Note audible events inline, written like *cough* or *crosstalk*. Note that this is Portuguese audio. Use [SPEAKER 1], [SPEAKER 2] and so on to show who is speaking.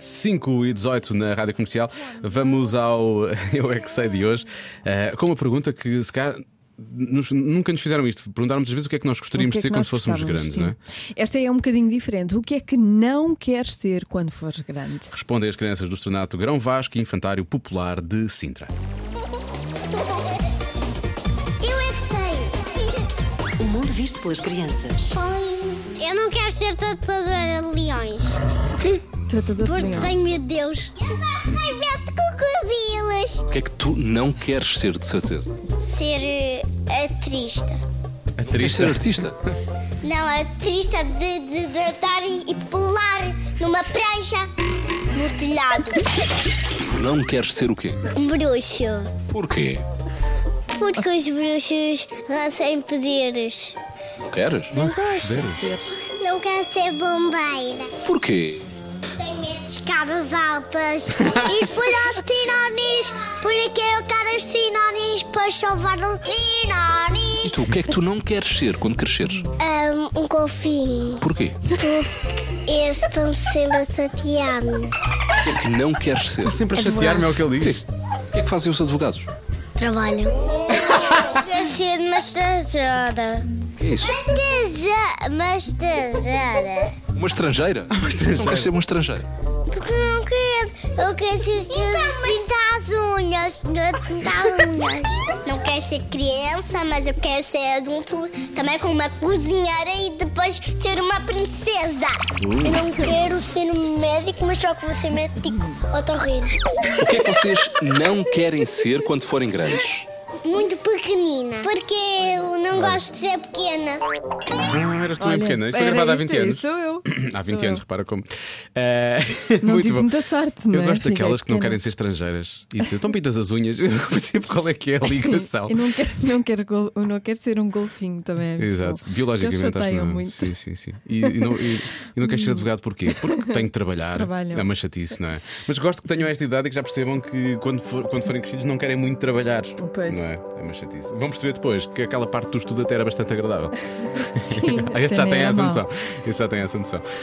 [SPEAKER 1] 5 e 18 na rádio comercial. Vamos ao *laughs* Eu é que sei de hoje eh, com uma pergunta que se calhar. nos- nunca nos fizeram isto. Perguntaram muitas vezes o que é que nós
[SPEAKER 2] O
[SPEAKER 1] gostaríamos
[SPEAKER 2] que é
[SPEAKER 1] de ser
[SPEAKER 2] que
[SPEAKER 1] quando
[SPEAKER 2] nós
[SPEAKER 1] fôssemos
[SPEAKER 2] gostávamos,
[SPEAKER 1] grandes, não é?
[SPEAKER 2] sim. Esta é um bocadinho diferente. O que é que não queres ser quando fores grande?
[SPEAKER 1] Respondem as crianças do Estrenato Grão Vasco e Infantário Popular de Sintra.
[SPEAKER 3] Eu é que sei.
[SPEAKER 4] O mundo visto pelas crianças.
[SPEAKER 3] Eu não quero ser tatuadora de leões.
[SPEAKER 2] Tratador de
[SPEAKER 3] Porque
[SPEAKER 2] leão.
[SPEAKER 3] tenho medo de Deus. Eu gosto medo de crocodilos.
[SPEAKER 5] O que é que tu não queres ser, de certeza?
[SPEAKER 3] Ser eh, atrista.
[SPEAKER 5] Queres ser artista?
[SPEAKER 3] Não, atrista de, de, de andar e, e pular numa prancha no telhado.
[SPEAKER 5] Não queres ser o quê?
[SPEAKER 3] Um bruxo.
[SPEAKER 5] Porquê?
[SPEAKER 3] Porque os bruxos lancem poderes.
[SPEAKER 5] Não queres?
[SPEAKER 3] Não quero ser bombeira.
[SPEAKER 5] Porquê?
[SPEAKER 3] Tenho medo de escadas altas. e depois há os tiranis. Por aqui eu quero os tiranis para salvar um
[SPEAKER 5] E
[SPEAKER 3] tiranis.
[SPEAKER 5] tu, o que é que tu não queres ser quando cresceres?
[SPEAKER 3] Um, um golfinho.
[SPEAKER 5] Porquê? O
[SPEAKER 3] Eles estão sempre a satear-me.
[SPEAKER 5] que é que não queres ser? O
[SPEAKER 1] Sempre a chatear-me é o que ele diz.
[SPEAKER 5] que é que fazem os advogados?
[SPEAKER 3] Trabalham. Quero ser uma estrangeira.
[SPEAKER 5] O que é isso?
[SPEAKER 3] Uma estrangeira.
[SPEAKER 5] Uma estrangeira? Uma estrangeira. Não queres ser uma estrangeira?
[SPEAKER 3] Porque não quero. Eu quero ser pintar as unhas. Eu pintar as unhas. Não quero ser criança, mas eu quero ser adulto também com uma cozinheira e depois ser uma princesa. Eu não quero ser um médico, mas só que vou ser médico otorrino.
[SPEAKER 5] O que é que vocês não querem ser quando forem grandes?
[SPEAKER 3] Muito pequenina. Porque eu não gosto de ser pequena.
[SPEAKER 1] Ah, eras tu bem
[SPEAKER 2] Olha,
[SPEAKER 1] pequena. Isto foi
[SPEAKER 2] era
[SPEAKER 1] gravado há
[SPEAKER 2] isto, é,
[SPEAKER 1] 20 anos.
[SPEAKER 2] Sou eu.
[SPEAKER 1] *clears throat* Há 20
[SPEAKER 2] Sou
[SPEAKER 1] anos,
[SPEAKER 2] eu.
[SPEAKER 1] repara como. Eh,
[SPEAKER 2] *laughs* Não
[SPEAKER 1] muito
[SPEAKER 2] tive
[SPEAKER 1] bom.
[SPEAKER 2] muita sorte,
[SPEAKER 1] Eu
[SPEAKER 2] não é?
[SPEAKER 1] gosto
[SPEAKER 2] Fiquei
[SPEAKER 1] daquelas que não
[SPEAKER 2] pequena.
[SPEAKER 1] querem ser estrangeiras e dizer, estão pintas as unhas, *laughs* eu não percebo qual é que é a
[SPEAKER 2] *laughs*
[SPEAKER 1] ligação.
[SPEAKER 2] Eu não quero, não quero, gol- eu não quero ser um golfinho também. é muito
[SPEAKER 1] Exato,
[SPEAKER 2] bom. Porque
[SPEAKER 1] biologicamente acho
[SPEAKER 2] eles
[SPEAKER 1] que
[SPEAKER 2] chateiam
[SPEAKER 1] não.
[SPEAKER 2] muito.
[SPEAKER 1] Sim, sim, sim. E, e não, e, e não quero ser advogado porquê? Porque tenho que trabalhar.
[SPEAKER 2] Trabalham.
[SPEAKER 1] É uma chatice, não é? Mas gosto que tenham esta idade e que já percebam que quando, for- quando forem crescidos não querem muito trabalhar.
[SPEAKER 2] Pois.
[SPEAKER 1] Não é? É uma chatice. Vão perceber depois que aquela parte do estudo até era bastante agradável.
[SPEAKER 2] Sim,
[SPEAKER 1] *laughs* este já
[SPEAKER 2] até nem
[SPEAKER 1] tem
[SPEAKER 2] é
[SPEAKER 1] essa
[SPEAKER 2] mau.
[SPEAKER 1] noção. Este já tem essa noção.